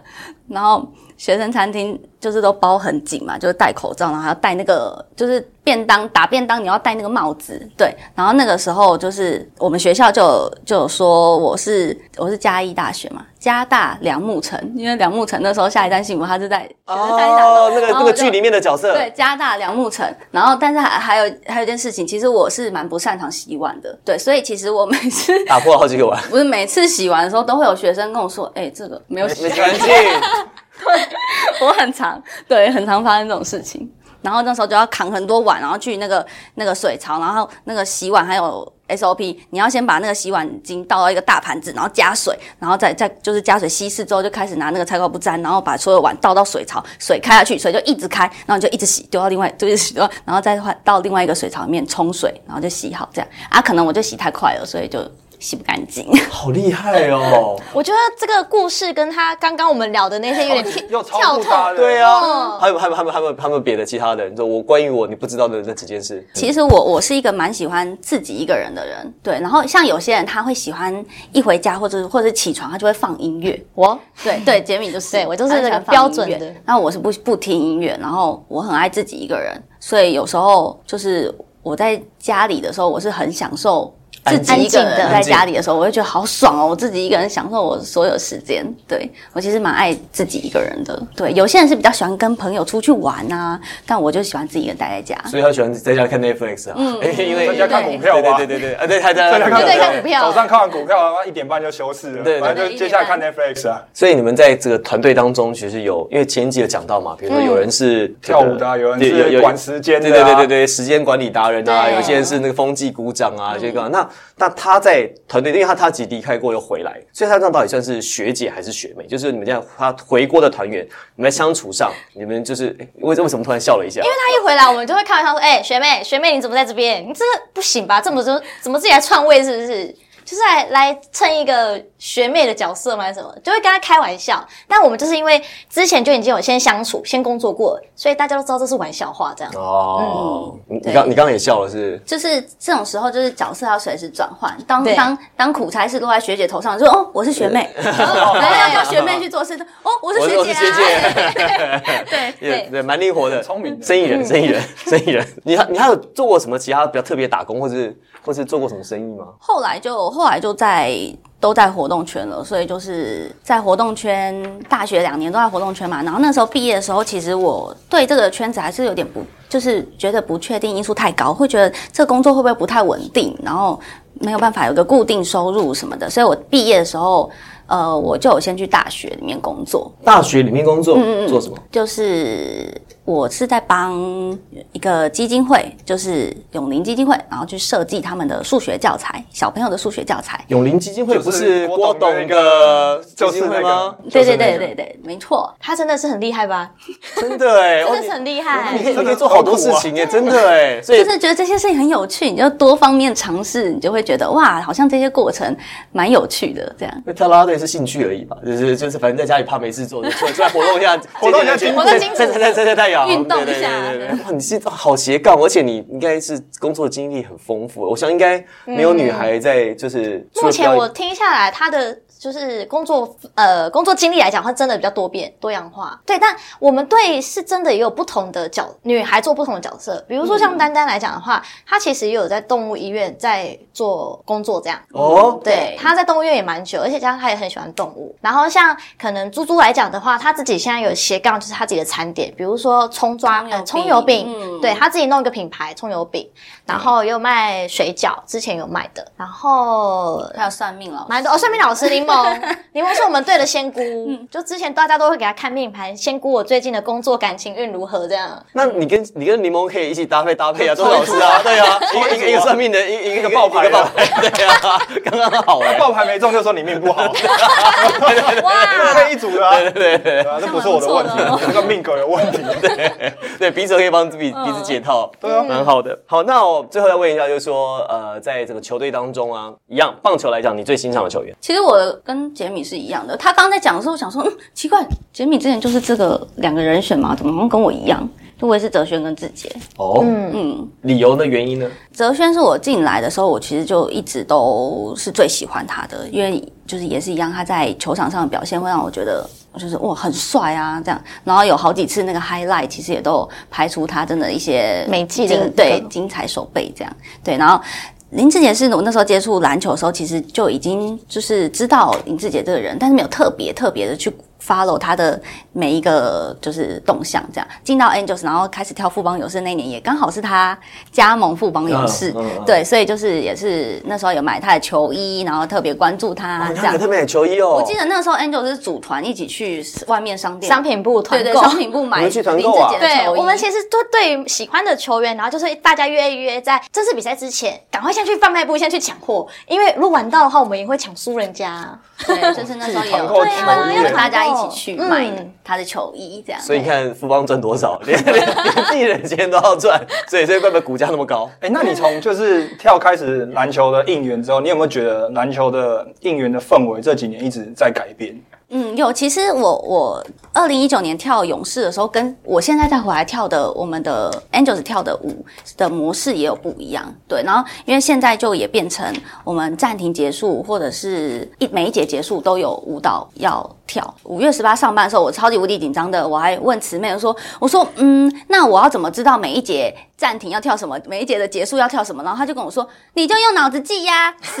S4: 然后学生餐厅就是都包很紧嘛，就是戴口罩，然后还要戴那个就是便当打便当，你要戴那个帽子，对。然后那个时候就是我们学校就有就有说我是我是嘉义大学嘛，嘉大梁木城，因为梁木城那时候下一站幸福他是在学生餐厅打工
S2: 哦，那个
S4: 然
S2: 那
S4: 后
S2: 个
S4: 我就
S2: 剧里面的角色，
S4: 对，加大梁木城，然后但是还还有还有一件事情，其实我是蛮不擅长洗碗的，对，所以其实我每次
S2: 打破了好几个碗，
S4: 不是每次洗完的时候都会有学生跟我说，哎、这个没有 洗
S2: 没
S4: 干
S2: 干净，
S4: 我很常对，很常发生这种事情。然后那时候就要扛很多碗，然后去那个那个水槽，然后那个洗碗还有 SOP，你要先把那个洗碗巾倒到一个大盘子，然后加水，然后再再就是加水稀释之后，就开始拿那个菜瓜布沾，然后把所有碗倒到水槽，水开下去，水就一直开，然后你就一直洗，丢到另外就是洗到，然后再换到另外一个水槽里面冲水，然后就洗好这样。啊，可能我就洗太快了，所以就洗不干净。
S2: 好厉害哦！
S1: 我觉得这个故事跟他刚刚我们聊的那些有点跳
S3: 又
S1: 跳
S3: 超过他
S1: 痛，
S3: 的，
S2: 对啊，还有还有还有还有还有别的其他的，你说我关于我你不知道的那几件事，
S4: 其实我我是一个蛮喜欢自己一个人的人，对。然后像有些人他会喜欢一回家或者或者起床他就会放音乐，
S1: 我
S4: 对对，杰米就是，
S1: 对我就是
S4: 他
S1: 这个
S4: 喜欢放音
S1: 标准
S4: 乐
S1: 的。
S4: 那我是不不听音乐，然后我很爱自己一个人，所以有时候就是我在家里的时候，我是很享受自己一个
S1: 安静的
S4: 人在家里的时候，我会觉得好爽哦！我自己一个人享受我所有时间。对我其实蛮爱自己一个人的。对，有些人是比较喜欢跟朋友出去玩啊，但我就喜欢自己一个人待在家。
S2: 所以他喜欢在家看 Netflix 啊，
S4: 嗯
S2: 因为
S3: 在家看股票啊
S2: 对对对对对，啊对，他在
S3: 大家看
S1: 对看股票
S3: 早上看完股票，然后一点半就休市
S2: 对
S3: 了，反正就接下来看 Netflix 啊，
S2: 所以你们在这个团队当中，其实有因为前一集有讲到嘛，比如说有人是这个、
S3: 跳舞的啊有人是
S2: 对
S3: 管时间的
S2: 对
S3: 啊
S2: 对对对对，时间管理达人啊，
S1: 对
S2: 有些人是那个风纪股长
S4: 嗯
S2: 啊，这个、那那他在团队，因为他他自己离开过又回来，所以他这样到底算是学姐还是学妹？就是你们这样他回国的团员，你们在相处上，你们就是诶为为什么突然笑了一下？因为
S1: 他一回来，我们就会看到他说：“哎、学妹，学妹，你怎么在这边？你这个不行吧？这么就怎么自己来篡位是不是？就是来来蹭一个学妹的角色吗？还是什么？就会跟他开玩笑。但我们就是因为之前就已经有先相处、先工作过了，所以大家都知道这是玩笑话这样。
S2: 哦，你你
S4: 嗯对
S2: 刚你刚刚也笑了是？
S4: 就是这种时候，就是角色要随时转换。当
S1: 对
S4: 当当苦差事落在学姐头上，就说哦，我是学妹， 然后要叫学妹去做事，哦，我是学
S2: 我
S4: 姐
S2: 是
S4: 啊，
S2: 学姐，
S1: 对
S2: 也
S1: 对，
S2: 对，蛮灵活的，
S3: 聪明的
S2: 生意人，生意人，生意人。你还你还有做过什么其他比较特别打工，或是或是做过什么生意吗？
S4: 后来就后来就在都在活动圈了，所以就是在活动圈，大学两年都在活动圈嘛。然后那时候毕业的时候，其实我对这个圈子还是有点不，就是觉得不确定因素太高，会觉得这个工作会不会不太稳定，然后没有办法有个固定收入什么的。所以我毕业的时候，呃，我就有先去大学里面工作，
S2: 大学里面工作做什么？
S4: 就是我是在帮一个基金会，就是永宁基金会，然后去设计他们的数学教材，小朋友的数学教材。
S2: 永林基金会
S3: 就是
S2: 不是
S3: 郭
S2: 郭
S3: 董
S2: 董
S3: 那
S2: 的
S3: 个
S2: 基金会吗？
S4: 对
S2: 就是
S4: 对
S2: 那
S4: 对
S2: 个
S4: 对，对，没错。
S1: 他真的是很厉害吧？
S2: 真的哎，
S1: 真
S2: 哦
S1: 的是很厉害
S2: 你。你可以
S3: 真的
S2: 你可以做好多事情
S3: 啊
S2: 哎，真的哎，所以
S4: 就是觉得这些事情很有趣，你就多方面尝试，你就会觉得哇，好像这些过程蛮有趣的。这样，
S2: 那跳啦啦队是兴趣而已吧，就是就是，反正在家里怕没事做，就出来出来活动一下，
S3: 活动一下
S2: 健
S1: 活动筋骨
S2: 晒晒晒晒晒太阳，
S4: 运动一下
S2: 对对对对哇，你是好斜杠，而且你应该是工作经历很丰富，我想应该没有女孩在就是除
S1: 目
S2: 了
S1: 前
S2: 表
S1: 我
S2: 演
S1: 听下来，他的就是工作呃工作经历来讲，他真的比较多变多样化。对，但我们队是真的也有不同的角，女孩做不同的角色。比如说像丹丹来讲的话，她其实也有在动物医院在做工作这样。
S2: 哦，
S1: 对，她在动物医院也蛮久，而且加上她也很喜欢动物。然后像可能猪猪来讲的话，她自己现在有斜杠，就是她自己的餐点，比如说葱抓
S4: 葱油
S1: 呃
S4: 饼
S1: 葱油饼，
S4: 嗯
S1: 对她自己弄一个品牌葱油饼，然后也有卖水饺，之前有卖的，然后
S4: 还有算命老
S1: 蛮多哦，算命老师柠檬， 柠檬是我们队的仙姑，
S4: 嗯
S1: 就之前大家都会给他看命盘，仙姑我最近的工作感情运如何这样。
S2: 那你跟你跟柠檬可以一起搭配搭配啊，都是老师啊，对 啊，一个一个一个算命的，一一个一个
S3: 爆牌
S2: 一个爆牌，对啊， 刚刚好哎，
S3: 爆牌没中就说你命不好，
S1: 哇，
S3: 这一组的啊，
S2: 对对
S3: 对啊这不是我的问题
S4: 这样蛮不
S3: 这
S4: 错，
S3: 个命格有问题。
S2: 对，彼此可以帮彼
S4: 嗯
S2: 彼此解套，对啊，蛮好的。好，那我最后要问一下，就是说，呃，在这个球队当中啊，一样棒球来讲，你最欣赏的球员
S4: 其实我跟杰米是一样的，他刚在讲的时候，我想说，嗯，奇怪，杰米之前就是这个两个人选嘛，怎么好像跟我一样？就我也是哲轩跟志杰，
S2: 哦，
S4: 嗯，
S2: 理由呢？原因呢？
S4: 哲轩是我进来的时候，我其实就一直都是最喜欢他的，因为就是也是一样，他在球场上的表现会让我觉得就是哇很帅啊这样。然后有好几次那个 highlight，其实也都有拍出他真的一些
S1: 美技的
S4: 精对
S1: 各
S4: 精彩手背这样。对，然后林志杰是我那时候接触篮球的时候，其实就已经就是知道林志杰这个人，但是没有特别特别的去 follow 他的每一个就是动向这样。进到 Angels，然后开始跳富邦勇士那一年，也刚好是他加盟富邦勇士，
S2: 嗯嗯嗯
S4: 对，所以就是也是那时候有买他的球衣，然后特别关注他
S2: 啊，
S4: 这
S2: 他
S4: 样
S2: 可。特别有球衣哦，
S4: 我记得那时候 Angels 是组团一起去外面商店
S1: 商品部团
S4: 对
S1: 购，
S4: 对商品部买
S2: 你
S4: 林
S2: 们去
S4: 志
S2: 团
S4: 杰的
S2: 购啊
S4: 球衣。
S1: 对，我们其实都对于喜欢的球员，然后就是大家约一约，在正式比赛之前，赶快先去贩卖部先去抢货，因为如果晚到的话，我们也会抢输人家。
S4: 对，就是那时候也有
S3: 团购球衣
S4: 对啊大家一起去
S1: 嗯
S4: 买他的球衣这样。
S2: 所以你看富邦赚多少， 连连连自己人钱都要赚，所以所以怪不得股价那么高。
S3: 哎，那你从就是跳开始篮球的应援之后，你有没有觉得篮球的应援的氛围这几年一直在改变？
S4: 嗯，有。其实我我二零一九年跳勇士的时候，跟我现在再回来跳的我们的 Angels 跳的舞的模式也有不一样。对，然后因为现在就也变成我们暂停结束，或者是一每一节结束都有舞蹈要跳。五月十八上班的时候，我超级无敌紧张的，我还问慈妹我说：“我说，嗯，那我要怎么知道每一节暂停要跳什么，每一节的结束要跳什么，然后他就跟我说，你就用脑子记呀、是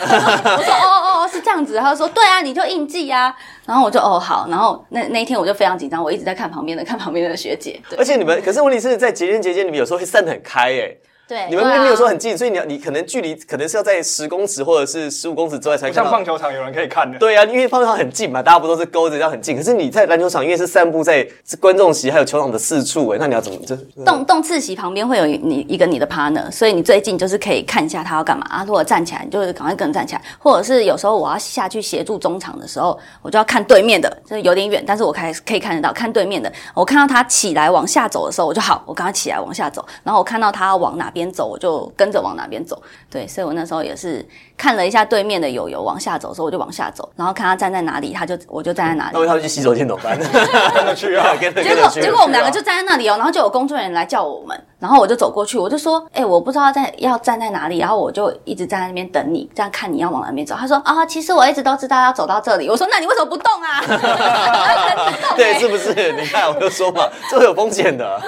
S4: 我说哦哦哦，是这样子。他就说对啊，你就硬记呀、然后我就哦好，然后那那一天我就非常紧张，我一直在看旁边的，看旁边的学姐。对
S2: 而且你们，可是问题是在节日节间，你们有时候会散得很开哎、
S1: 对，
S2: 你们
S4: 对啊
S2: 并没有说很近，所以你要你可能距离可能是要在十公尺或者是十五公尺之外才看
S3: 不像
S2: 到
S3: 棒。球场有人可以看的。
S2: 对啊，因为棒球场很近嘛，大家不都是勾着这样很近？可是你在篮球场，因为是散步在观众席还有球场的四处哎、那你要怎么这？
S4: 动动次席旁边会有你一个你的 partner，所以你最近就是可以看一下他要干嘛啊。如果站起来，你就是赶快跟着站起来，或者是有时候我要下去协助中场的时候，我就要看对面的，就是有点远，但是我开可以看得到，看对面的。我看到他起来往下走的时候，我就好，我跟他起来往下走。然后我看到他往哪边走，我就跟着往哪边走。对，所以我那时候也是看了一下对面的友友往下走的时候，我就往下走，然后看他站在哪里，他就我就站在哪里
S2: 那。我要去洗手间怎么 办？跟
S3: 着去啊
S2: 跟着
S4: 结
S2: 跟
S4: 果
S2: 着去。
S4: 结果我们两个就站在那里哦，然后就有工作人员来叫我们，然后我就走过去，我就说，哎、我不知道在要站在哪里，然后我就一直站在那边等你，这样看你要往哪边走。他说啊，其实我一直都知道要走到这里。我说那你为什么不动啊？
S2: 对，是不是？ 你看，我就说嘛，这会有风险的。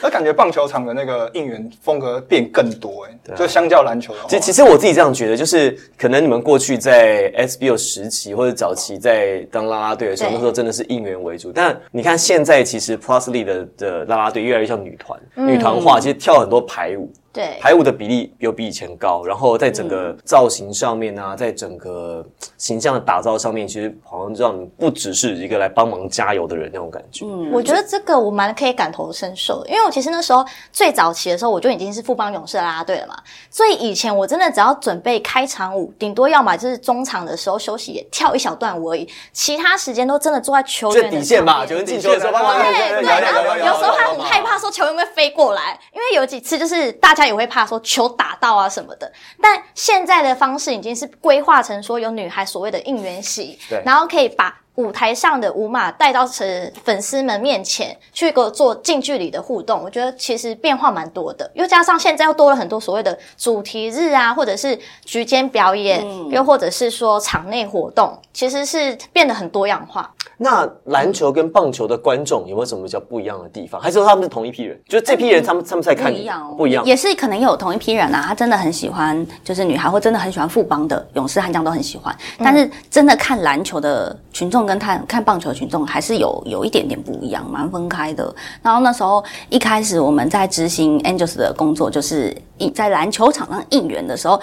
S3: 而感觉棒球场的那个应援风格变更多哎、就相较篮球的话，
S2: 其其实我自己这样觉得，就是可能你们过去在 SBO 时期或者早期在当啦啦队的时候，
S1: 对
S2: 那时候真的是应援为主。但你看现在，其实 Plus Lee 的的啦啦队越来越像女团，女团化，其实跳很多排舞。
S1: 嗯对嗯
S2: 排舞的比例有比以前高，然后在整个造型上面啊，在整个嘖形象的打造上面，其实好像让你不只是一个来帮忙加油的人那种感觉。
S1: 我觉得这个我蛮可以感同身受的，因为我其实那时候最早期的时候，我就已经是富邦勇士的啦啦队了嘛，所以以前我真的只要准备开场舞，顶多要么就是中场的时候休息也跳一小段舞而已，其他时间都真的坐在球
S2: 这
S1: 员的
S2: 底线吧，
S1: 旁边
S2: 有人进球的时候，帮忙
S1: 对对，然后有时候他很害怕说球会不会飞过来，因为有几次就是大家也会怕说球打到啊什么的。但现在的方式已经是规划成说有女孩所谓的应援席
S2: 对，
S1: 然后可以把。舞台上的舞马带到呃粉丝们面前去给我做近距离的互动，我觉得其实变化蛮多的，又加上现在又多了很多所谓的主题日啊，或者是局间表演，又或者是说场内活动，其实是变得很多样化。
S2: 那篮球跟棒球的观众有没有什么比较不一样的地方？还是说他们是同一批人？就是这批人，他们他们在看
S4: 不一样哦，
S2: 不一样。
S4: 也是可能有同一批人啊，他真的很喜欢，就是女孩或真的很喜欢富邦的勇士、悍将都很喜欢，但是真的看篮球的群众跟看看棒球的群众还是有有一点点不一样，蛮分开的。然后那时候一开始我们在执行 Angels 的工作，就是应在篮球场上应援的时候，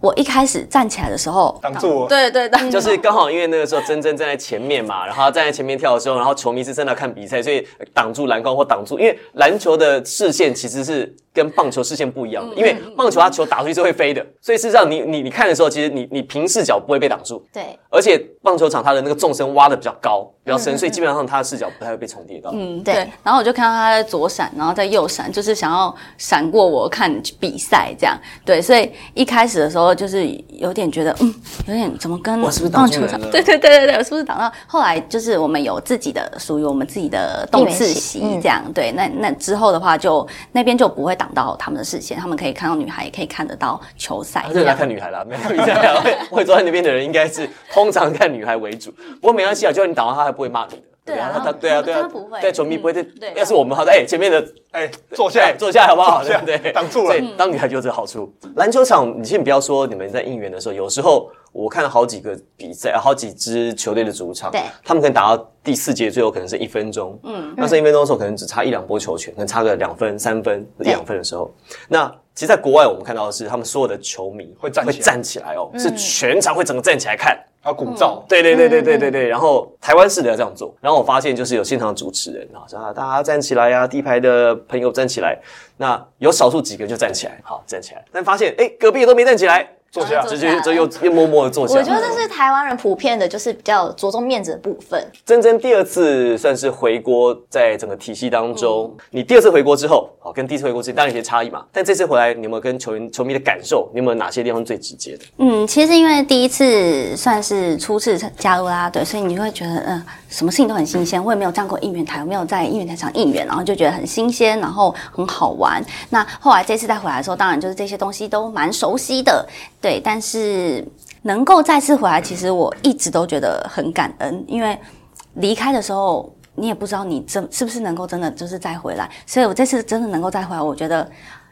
S4: 我一开始站起来的时候，
S3: 挡住我
S4: 对对对，
S2: 就是刚好因为那个时候珍珍站在前面嘛，然后她站在前面跳的时候，然后球迷是真的看比赛，所以挡住篮筐或挡住，因为篮球的视线其实是跟棒球视线不一样的，
S4: 嗯
S2: 因为棒球它球打出去是会飞的，所以事实上你你你看的时候，其实你你平视角不会被挡住，
S1: 对，
S2: 而且棒球场它的那个纵深挖的比较高，比较深，所以基本上它的视角不太会被重叠到。
S4: 嗯，
S1: 对
S4: 对。然后我就看到他在左闪，然后在右闪，就是想要闪过我看比赛这样。对，所以一开始的时候就是有点觉得，嗯，有点怎么跟
S2: 我是不是挡
S4: 棒
S2: 住
S4: 球
S2: 人
S4: 场
S2: 了？
S4: 对对对对对，我是不是挡到？后来就是我们有自己的属于我们自己的动次席
S1: 应援席嗯
S4: 这样。对，那那之后的话就那边就不会挡到他们的视线，他们可以看到女孩，也可以看得到球赛
S2: 他
S4: 这
S2: 是来
S4: 样。
S2: 看女孩啦，没看比赛啦。会会坐在那边的人应该是通常看女孩为主，不过没关系啊，就算你打到他，他不会骂你的。
S4: 对啊
S2: 他他对啊，对啊，
S4: 他不会
S2: 对球迷不会。
S4: 对
S2: 要是我们好的，哎，前面的
S3: 哎、坐下
S2: 对，
S3: 来，
S2: 坐下来好不好？
S3: 坐
S2: 对
S3: 下
S2: 不对？
S3: 挡住了
S2: 对，当女孩就有这个好处。篮球场，你先不要说你们在应援的时候，有时候我看了好几个比赛，好几支球队的主场，
S1: 对
S2: 他们可能打到第四节最后可能是一分钟，嗯，那剩一分钟的时候可能只差一两波球权，可能差个两分、三分、一
S1: 对
S2: 两分的时候，那。其实，在国外我们看到的是，他们所有的球迷
S3: 会站起来
S2: 起来
S1: 嗯
S2: 哦，是全场会整个站起来看，
S3: 然后鼓噪，
S2: 对对对对对对对。然后台湾式的要这样做，然后我发现就是有现场主持人啊，说啊大家站起来呀、第一排的朋友站起来，那有少数几个人就站起来，好站起来，但发现哎隔壁的都没站起来，
S3: 坐下
S2: 这就这又又默默的坐下。
S1: 我觉得这是台湾人普遍的，就是比较着重面子的部分。
S2: 珍珍第二次算是回国，在整个体系当中，你第二次回国之后，好跟第一次回国之间当然有些差异嘛，但这次回来你有没有跟球员球迷的感受，你有没有哪些地方是最直接的？
S4: 嗯，其实因为第一次算是初次加入啦啦队，所以你会觉得，嗯、什么事情都很新鲜。我也没有站过应援台，我没有在应援台上应援，然后就觉得很新鲜，然后很好玩。那后来这次再回来的时候，当然就是这些东西都蛮熟悉的，对。但是能够再次回来，其实我一直都觉得很感恩，因为离开的时候。你也不知道你真是不是能够真的就是再回来。所以我这次真的能够再回来，我觉得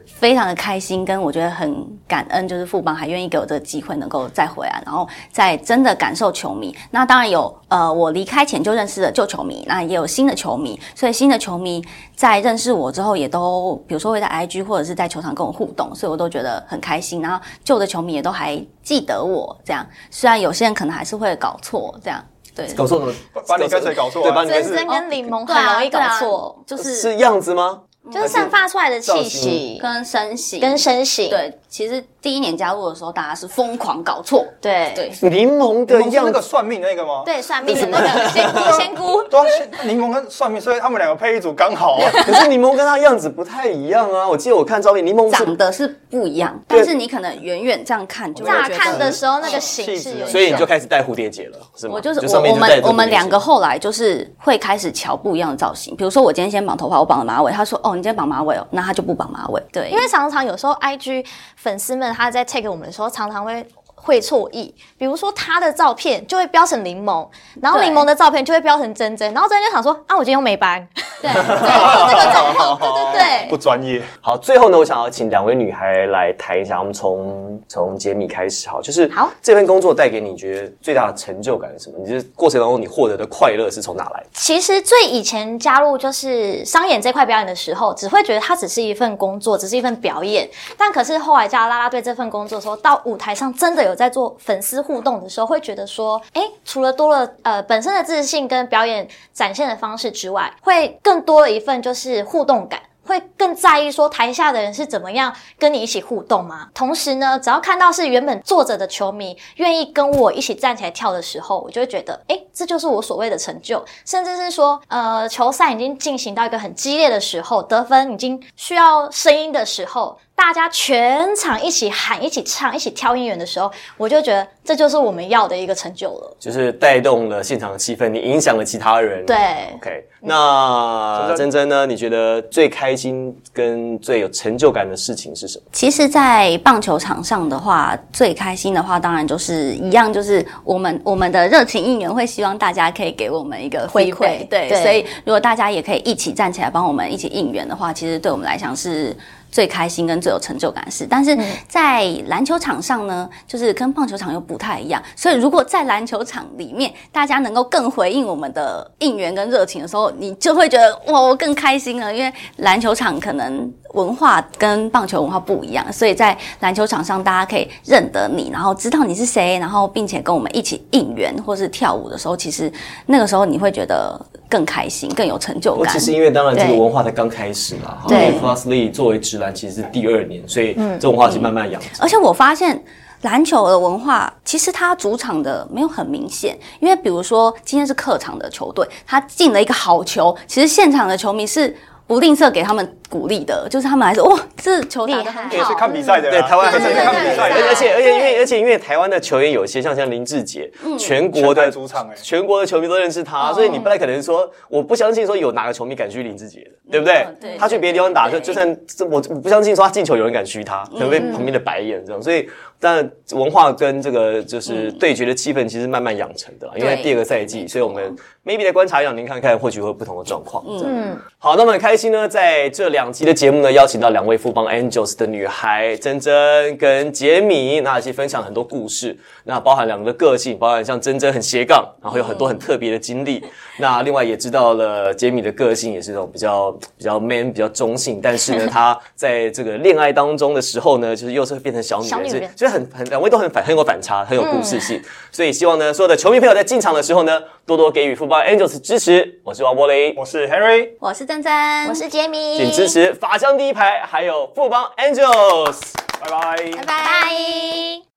S4: 非常的开心，跟我觉得很感恩，就是富邦还愿意给我这个机会能够再回来，然后再真的感受球迷。那当然有呃，我离开前就认识的旧球迷，那也有新的球迷，所以新的球迷在认识我之后，也都比如说会在 IG 或者是在球场跟我互动，所以我都觉得很开心。然后旧的球迷也都还记得我这样，虽然有些人可能还是会搞错这样。对，
S2: 搞错了，
S3: 把把你跟谁搞错啊
S2: 对，把你跟
S1: 真
S2: 谁
S1: 真跟柠檬
S4: 对
S1: 很
S4: 啊
S1: 容易搞
S4: 对啊
S1: 错，
S4: 就是
S2: 是样子吗？
S1: 就是散发出来的
S2: 造
S1: 气
S2: 型
S1: 息
S4: 跟身形
S1: 跟身形，
S4: 对，其实第一年加入的时候，大家是疯狂搞错，
S1: 对
S4: 对，
S2: 柠檬的
S3: 柠檬是那
S2: 样
S3: 个
S2: 子，
S3: 算命那个吗？
S1: 对，算命的那个仙姑仙姑，
S3: 对啊，仙柠檬跟算命，所以他们两个配一组刚好啊。
S2: 可是柠檬跟他样子不太一样啊！我记得我看照片，柠檬
S4: 长
S2: 是，
S4: 得是不一样，
S2: 对
S4: 但是你可能远远这样看就会
S1: 乍
S4: 觉得
S1: 看的时候那个形
S3: 气质
S1: 是有
S3: 而已
S2: 所以你就开始戴蝴蝶结了，是吗？
S4: 我就是
S2: 上
S4: 我
S2: 面
S4: 我
S2: 戴
S4: 们
S2: 着
S4: 我们
S2: 蝴蝶结
S4: 两个后来就是会开始瞧不一样的造型，比如说我今天先绑头发，我绑了马尾，他说哦你今天绑马尾哦，那他就不绑马尾，对，
S1: 因为常常有时候 IG 粉丝们他在 take 我们的时候，常常会会错意，比如说他的照片就会标成柠檬，然后
S4: 对
S1: 柠檬的照片就会标成珍珍，然后珍珍就想说啊，我今天又没班，
S4: 对
S1: 这个状况，对对
S3: 不
S1: 对。
S3: 专业，
S2: 好，最后呢，我想要请两位女孩来谈一下，我们从从杰米开始，好，就是
S1: 好
S2: 这份工作带给你觉得最大的成就感是什么？你这过程当中你获得的快乐是从哪来？
S1: 其实最以前加入就是商演这块表演的时候，只会觉得它只是一份工作，只是一份表演。但可是后来加入啦啦队这份工作的时候，到舞台上真的有在做粉丝互动的时候，会觉得说，哎，除了多了呃本身的自信跟表演展现的方式之外，会更多了一份就是互动感。会更在意说台下的人是怎么样跟你一起互动吗？同时呢，只要看到是原本坐着的球迷愿意跟我一起站起来跳的时候，我就会觉得，诶，这就是我所谓的成就，甚至是说，呃，球赛已经进行到一个很激烈的时候，得分已经需要声音的时候，大家全场一起喊、一起唱、一起挑音源的时候，我就觉得这就是我们要的一个成就了。
S2: 就是带动了现场的气氛，你影响了其他人。
S1: 对
S2: ，OK。那
S3: 嗯
S2: 珍珍呢？你觉得最开心跟最有成就感的事情是什么？
S4: 其实，在棒球场上的话，最开心的话，当然就是一样，就是我们我们的热情应援会，希望大家可以给我们一个
S1: 回
S4: feedback，
S1: 馈
S4: 对，
S1: 对
S4: 所以如果大家也可以一起站起来帮我们一起应援的话，其实对我们来讲是最开心跟最有成就感的事。但是在篮球场上呢，就是跟棒球场又不太一样，所以如果在篮球场里面，大家能够更回应我们的应援跟热情的时候，你就会觉得哇，我更开心啊了，因为篮球场可能文化跟棒球文化不一样，所以在篮球场上大家可以认得你，然后知道你是谁，然后并且跟我们一起应援或是跳舞的时候，其实那个时候你会觉得更开心，更有成就
S2: 我
S4: 感。
S2: 哦其实因为当然这个
S4: 对
S2: 文化才刚开始嘛，哈。
S4: 对嗯
S2: f l u s l y 作为直男其实是第二年，所以这文化是慢慢养成。
S4: 而且我发现篮球的文化，其实它主场的没有很明显，因为比如说今天是客场的球队，他进了一个好球，其实现场的球迷是不吝啬给他们鼓励的，就是他们还是哇，这球打得很
S1: 厉
S3: 也
S1: 害
S4: 好，啊
S3: 是看比赛的啦，
S2: 对台湾还
S3: 真
S2: 是
S3: 的
S1: 对
S3: 是
S1: 对
S3: 看比
S1: 对
S3: 赛的
S1: 对
S3: 啦，
S2: 而且而且因为
S1: 对
S2: 而且因为台湾的球员有些像像林志杰，全国
S3: 全台
S2: 的
S3: 主场哎
S2: 全国的球迷都认识他，所以你不太可能说，我不相信说有哪个球迷敢虚林志杰的，对不对
S4: 嗯对？
S2: 他去别的地方打，就
S4: 对
S2: 就算这我我不相信说他进球有人敢虚他，可能被旁边的白眼这样。所以，但文化跟这个就是对决的气氛其实慢慢养成的啦，因为
S4: 对
S2: 第二个赛季，所以我们 maybe 来观察两年看看，或许会有不同的状况。嗯，好，那么很开心呢，在这两集的节目呢，邀请到两位富邦 Angels 的女孩珍珍跟杰米，那一起分享很多故事，那包含两个的个性，包含像珍珍很斜杠，然后有很多很特别的经 历。那另外也知道了杰米的个性也是那种比较比较 man、比较中性，但是呢，她在这个恋爱当中的时候呢，就是又是会变成小女
S1: 小
S2: 人，嗯
S1: 女
S2: 所以
S1: 人
S2: 所以很很两位都很反很有反差，很有故事性。所以希望呢，所有的球迷朋友在进场的时候呢，多多给予富邦 Angels 支持。我是王柏林，
S3: 我是 Henry。
S4: 我是珍珍，
S1: 我是杰米，
S2: 请支，持法香第一排，还有富邦 Angels。
S3: 拜拜。
S1: 拜拜。